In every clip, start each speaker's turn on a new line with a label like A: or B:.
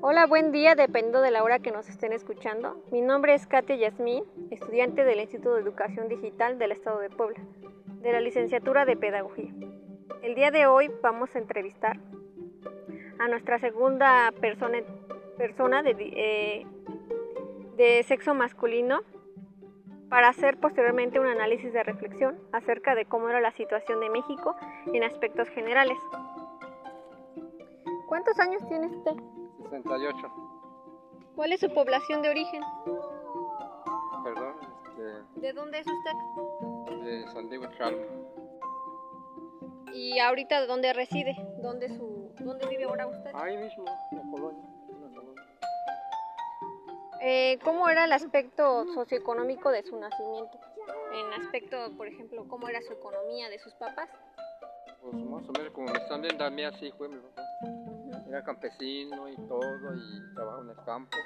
A: Hola, buen día, dependo de la hora que nos estén escuchando. Mi nombre es Katia Yasmín, estudiante del Instituto de Educación Digital del Estado de Puebla, de la licenciatura de Pedagogía. El día de hoy vamos a entrevistar a nuestra segunda persona, persona de, eh, de sexo masculino para hacer posteriormente un análisis de reflexión acerca de cómo era la situación de México en aspectos generales. ¿Cuántos años tiene usted?
B: 68.
A: ¿Cuál es su población de origen?
B: Perdón,
A: ¿De dónde es usted?
B: de, de San Diego Chalco.
A: ¿Y ahorita de dónde reside? ¿Dónde, su, dónde vive ahora usted?
B: Ahí mismo, en la colonia. en la colonia.
A: Eh, ¿Cómo era el aspecto socioeconómico de su nacimiento? En aspecto, por ejemplo, ¿cómo era su economía de sus papás?
B: Pues más o menos como me están viendo a mí así fue mi papá. Era campesino y todo y trabajaba en el campo.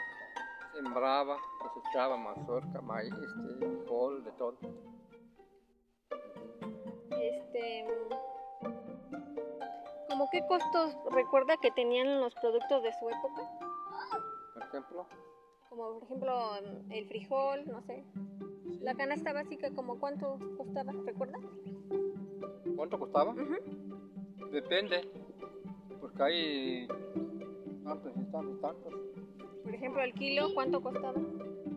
B: Sembraba, cosechaba mazorca, maíz, este, frijol, de todo.
A: Este, ¿Cómo qué costos recuerda que tenían los productos de su época?
B: Por ejemplo,
A: Como por ejemplo el frijol, no sé. La canasta básica, ¿como cuánto costaba? ¿Recuerda?
B: ¿cuánto costaba?
A: Ujú.
B: Depende, porque hay ah, pues, tantos y tantos y tantos.
A: Por ejemplo, el kilo, ¿cuánto costaba?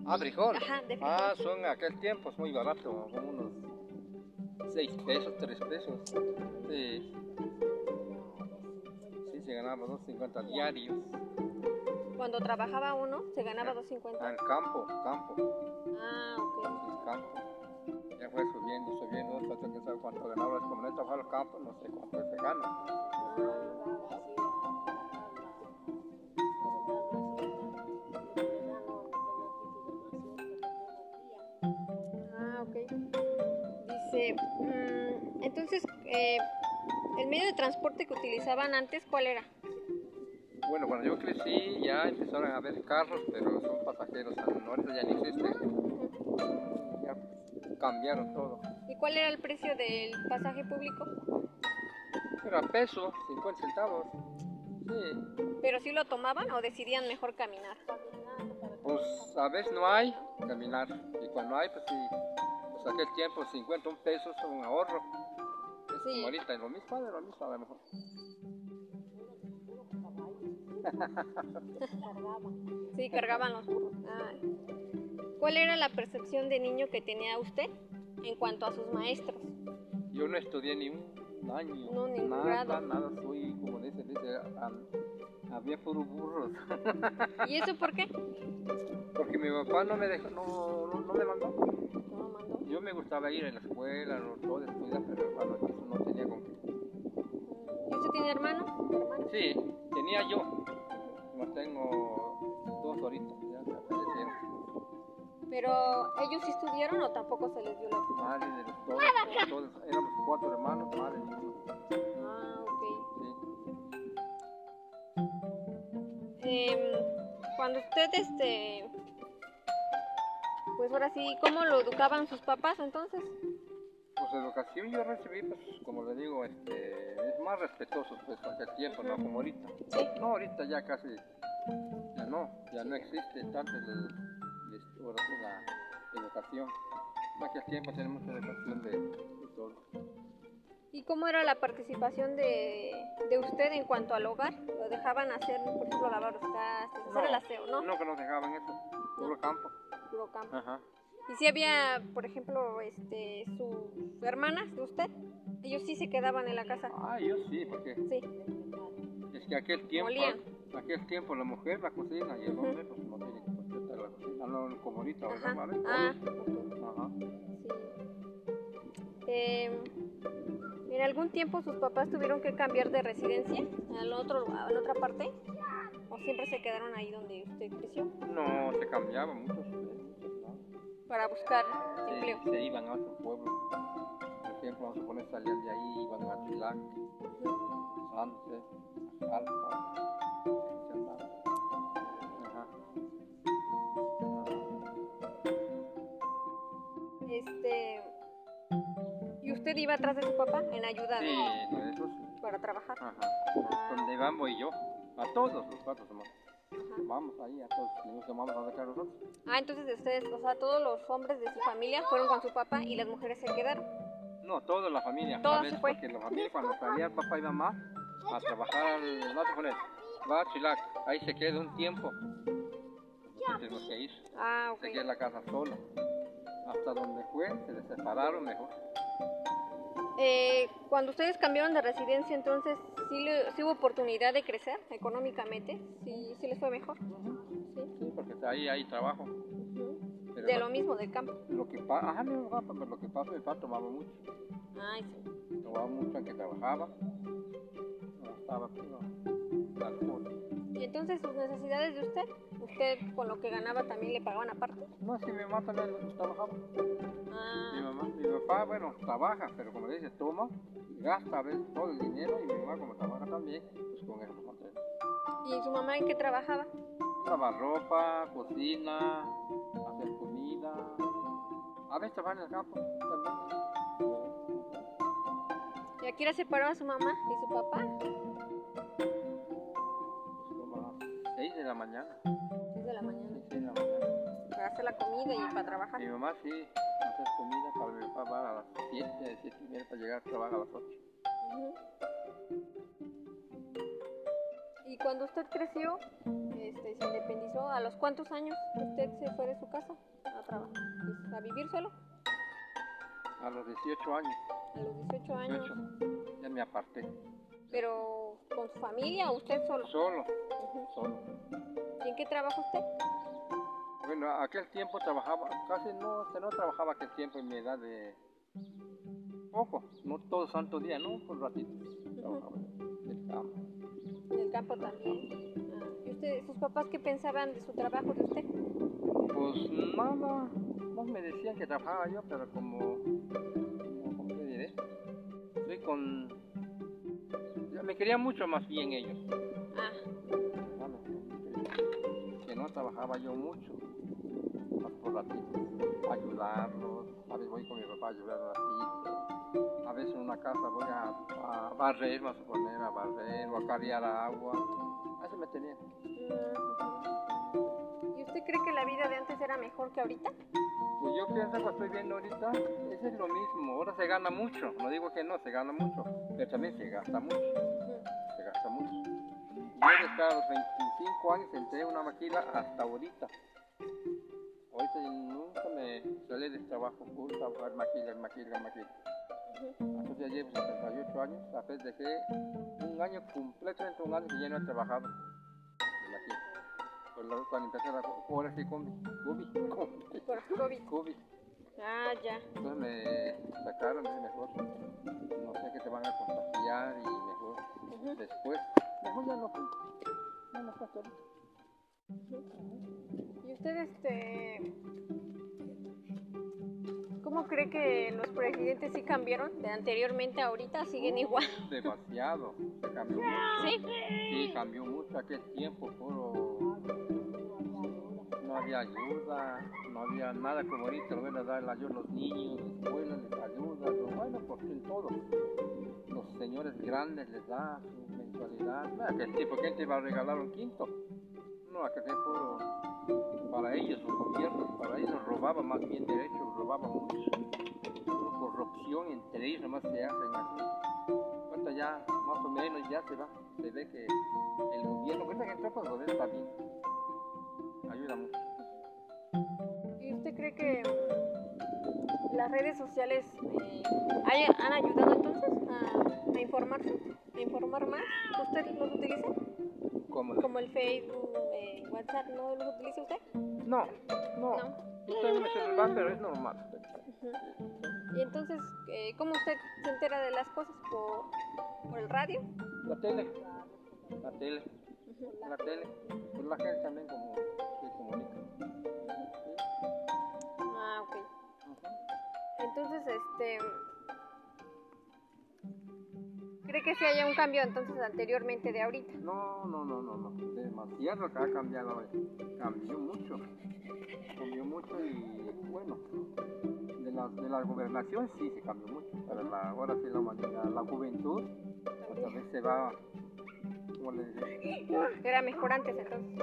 B: Ah, frijol.
A: Ajá, de frijol.
B: Ah, son en aquel tiempo, es muy barato, como unos 6 pesos, 3 pesos. Sí. Sí, se ganaba 2.50 diarios.
A: Cuando trabajaba uno, se ganaba 2.50.
B: Al Ah, campo, campo,
A: Ah, ok.
B: sí, campo. Ya fue subiendo, subiendo, hasta que sabe cuánto ganaba. Es como no trabajaba al campo, no sé cómo fue que gana.
A: Ah, ok. Dice, mm, entonces, eh, el medio de transporte que utilizaban antes, ¿cuál era?
B: Bueno, cuando yo crecí ya empezaron a haber carros, pero son pasajeros. Ahorita ya no existen. Ya cambiaron todo.
A: ¿Y cuál era el precio del pasaje público?
B: Era peso, 50 centavos. Sí,
A: ¿Pero sí lo tomaban o decidían mejor caminar?
B: pues a veces no hay, caminar. Y cuando hay, pues sí. Pues aquel tiempo, 50, un peso es un ahorro. Es
A: Sí.
B: como ahorita, y lo mismo, de lo mismo a lo mejor.
A: Sí, cargaban los burros. Ah. ¿Cuál era la percepción de niño que tenía usted en cuanto a sus maestros?
B: Yo no estudié ni un año.
A: No, ningún
B: nada,
A: grado.
B: nada, soy como dice, dice, am- había puro burros.
A: ¿Y eso por qué?
B: Porque mi papá no me dejó, no, no, no me mandó.
A: No, mandó.
B: Yo me gustaba ir a la escuela, no todo, estudiar, pero hermano, eso no tenía con qué.
A: ¿Y usted tiene hermanos? ¿Hermanos?
B: Sí, tenía yo. Más tengo dos ahorita, ya se fallecieron.
A: ¿Pero ellos sí estudiaron o tampoco se les dio la
B: Madre de los todos, de todos, éramos cuatro hermanos, madre de los
A: Ah, ok.
B: sí.
A: Em, cuando usted, este... Pues ahora sí, ¿cómo lo educaban sus papás entonces?
B: Pues educación yo recibí, pues como le digo, este, es más respetuoso pues con aquel tiempo, no como ahorita.
A: Sí.
B: No, ahorita ya casi, ya no, ya no existe tanto el, el- ahora sí, la educación. En aquel tiempo tenemos educación de, de todo.
A: ¿Y cómo era la participación de, de usted en cuanto al hogar? ¿Lo dejaban hacer, por ejemplo, lavar los trastes, hacer
B: No,
A: el aseo, no?
B: No que nos dejaban eso, puro campo.
A: Puro campo.
B: Ajá.
A: ¿Y si había, por ejemplo, este, sus hermanas de usted? Ellos sí se quedaban en la casa.
B: Ah, yo sí, porque
A: Sí.
B: Es que aquel tiempo,
A: Molían.
B: aquel tiempo la mujer la cocina y el hombre pues no tiene que contestar la cocina, no como ahorita,
A: Ajá.
B: ¿verdad? ¿Vale?
A: Ah, ok.
B: Ajá.
A: Sí. Eh, ¿En algún tiempo sus papás tuvieron que cambiar de residencia al otro, a la otra parte? ¿O siempre se quedaron ahí donde usted creció
B: No, se cambiaba mucho.
A: para buscar
B: Se,
A: empleo?
B: se iban a otro pueblo. Por ejemplo, vamos a poner, salían de ahí, iban a Tilac, Sánchez, Alfa, se andaban. Ajá. Ajá.
A: Este, ¿Y usted iba atrás de su papá en ayuda de-
B: Sí, no, eso sí.
A: para trabajar?
B: Ajá.
A: Ah,
B: Donde van voy yo, a todos los cuatro somos. Vamos ahí a todos, y nos llamamos a dejar nosotros.
A: Ah, entonces ustedes, o sea, todos los hombres de su familia fueron con su papá y las mujeres se quedaron.
B: No, toda la familia.
A: Toda
B: a veces
A: se fue.
B: Porque la familia cuando salía el papá y mamá a trabajar al no te pones, va a Chilac, ahí se queda un tiempo. No tenemos que ir.
A: Ah,
B: Se queda en
A: ok.
B: la casa sola. Hasta donde fue, se separaron mejor.
A: Eh, cuando ustedes cambiaron de residencia, entonces, ¿sí, le- sí hubo oportunidad de crecer económicamente? ¿Sí, sí les fue mejor?
B: Sí, porque ahí hay trabajo. Pero
A: De
B: lo,
A: lo mismo, del campo.
B: lo que pasa, ajá, no, papá, pero lo que pasa, mi papá tomaba mucho.
A: Ay, sí.
B: Tomaba mucho aunque trabajaba. No estaba, pero alcohol.
A: Y entonces, sus necesidades de usted, usted con lo que ganaba también le pagaban aparte.
B: No, es que mi mamá también trabajaba. Mi
A: Ah,
B: mamá, mi papá, bueno, trabaja, pero como le dice, toma, gasta a veces todo el dinero y mi mamá como trabaja también, pues con eso ¿no?
A: ¿y su mamá en qué trabajaba?
B: Lava ropa, cocina, hacer comida. A veces trabaja en el campo Pues, también.
A: ¿Y aquí la separaron su mamá y su papá?
B: Pues como a las 6 de la mañana.
A: Seis de la mañana.
B: seis de la mañana.
A: Para hacer la comida y para trabajar.
B: Mi mamá sí, hacer comida para mi papá va a las 7, 7 y media para llegar, trabaja a las 8.
A: Ujú. Y cuando usted creció, este, se independizó, ¿a los cuántos años usted se fue de su casa a trabajar? pues, a vivir solo,
B: A los 18 años,
A: a los 18 años,
B: 18, ya me aparté.
A: pero con su familia o usted solo.
B: Solo,
A: Ujú.
B: solo.
A: ¿Y en qué trabaja usted?
B: Bueno, aquel tiempo trabajaba, casi no, se no trabajaba aquel tiempo en mi edad de poco, no todo santo día, ¿no? Un ratito trabajaba en el campo.
A: En el campo también. Ah, ¿Y usted, sus papás qué pensaban de su trabajo de usted?
B: Pues nada, no me decían que trabajaba yo, pero como, como ¿cómo te diré? Estoy con... ya Me querían mucho más bien ellos.
A: Ah,
B: ¿verdad? Me- Que no trabajaba yo mucho, más por ratito, ayudarlos. A veces voy con mi papá a ayudar un ratito. A veces en una casa voy a, a barrer, más a poner a barrer o a cargar agua. Así me tenía.
A: mm. ¿Y usted cree que la vida de antes era mejor que ahorita?
B: Pues yo pienso que estoy viendo ahorita, eso es lo mismo. Ahora se gana mucho, no digo que no, se gana mucho, pero también se gasta mucho, se gasta mucho. Yo desde a los 25 años entré a una maquila hasta ahorita. Ahorita yo nunca me salí del trabajo, puro trabajar maquila, maquila, maquila. Entonces ya llevo 78 años, apenas dejé un año completo, dentro de un año que ya no he trabajado en maquila. Por lo- Cuando empecé la ahora sí con COVID, COVID,
A: Por COVID.
B: COVID.
A: Ah, ya.
B: Entonces me sacaron dije mejor, no sé que te van a contagiar y mejor
A: Ujú.
B: después. Mejor ya no fui. No, no fue hasta ahorita.
A: ¿Y usted, este. ¿Cómo cree que los presidentes sí cambiaron de anteriormente a ahorita? ¿Siguen igual?
B: Oh, Demasiado. Se cambió mucho.
A: Sí.
B: Sí, cambió mucho aquel tiempo, puro. No había ayuda, no había nada como ahorita, lo van a dar la ayuda a los niños, las escuelas les ayuda, lo bueno, porque en todo. Los señores grandes les da su mensualidad. No, aquel tiempo, ¿quién te va a regalar un quinto? No, aquel tiempo puro para ellos, los gobiernos, para ellos robaba más bien derechos, robaba mucho. Puro Corrupción entre ellos nomás se hacen así. Ahorita ya, más o menos, ya se va. Se ve que el gobierno, ahorita que entró, pues el gobierno está bien. Ayuda mucho.
A: ¿Y usted cree que las redes sociales eh, hay- han ayudado entonces a, a informarse? ¿A informar más? ¿Usted los utiliza?
B: ¿Cómo?
A: Como el Facebook, eh, WhatsApp, ¿no los utiliza usted?
B: No, no.
A: No.
B: Yo también me celular, pero es normal.
A: Ujú. Y entonces, eh, ¿cómo usted se entera de las cosas? ¿Por, por el radio?
B: La tele, la tele,
A: Ujú.
B: la tele. Pues la gente también como se comunica. Sí.
A: Ah, ok.
B: Ujú.
A: Entonces, este. ¿Cree que sí haya un cambio entonces anteriormente de ahorita?
B: No, no, no, no, no. Demasiado que ha cambiado hoy. Cambió mucho. Cambió mucho y bueno. De la, de la gobernación sí se cambió mucho. Pero la, ahora sí la humanidad, la juventud, pues, tal vez se va como les dije.
A: Era mejor antes entonces,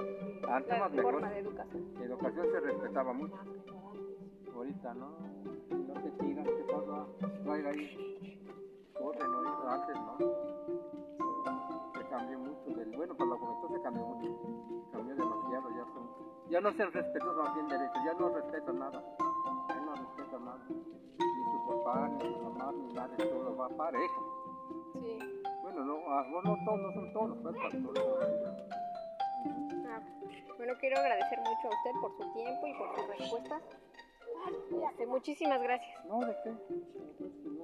B: Antes
A: la
B: más
A: forma
B: mejor,
A: de educación.
B: la educación se respetaba mucho. Ahorita no, no te tiras, te pasa, trae ahí. Corren ahorita, antes no. Se cambió mucho, del, bueno, para la juventud se cambió mucho. Cambió demasiado, ya son. Ya no se respetan más bien derechos, ya no respetan nada. Ya no respetan nada. Ni su papá, ni su mamá, ni nadie, todo va parejo.
A: Sí.
B: Bueno, no, a lo mejor no todos, no son todos, pues, para todos.
A: Ah, Bueno, quiero agradecer mucho a usted por su tiempo y por sus respuestas. Este, muchísimas gracias.
B: pues, No, ¿de qué? Entonces, no.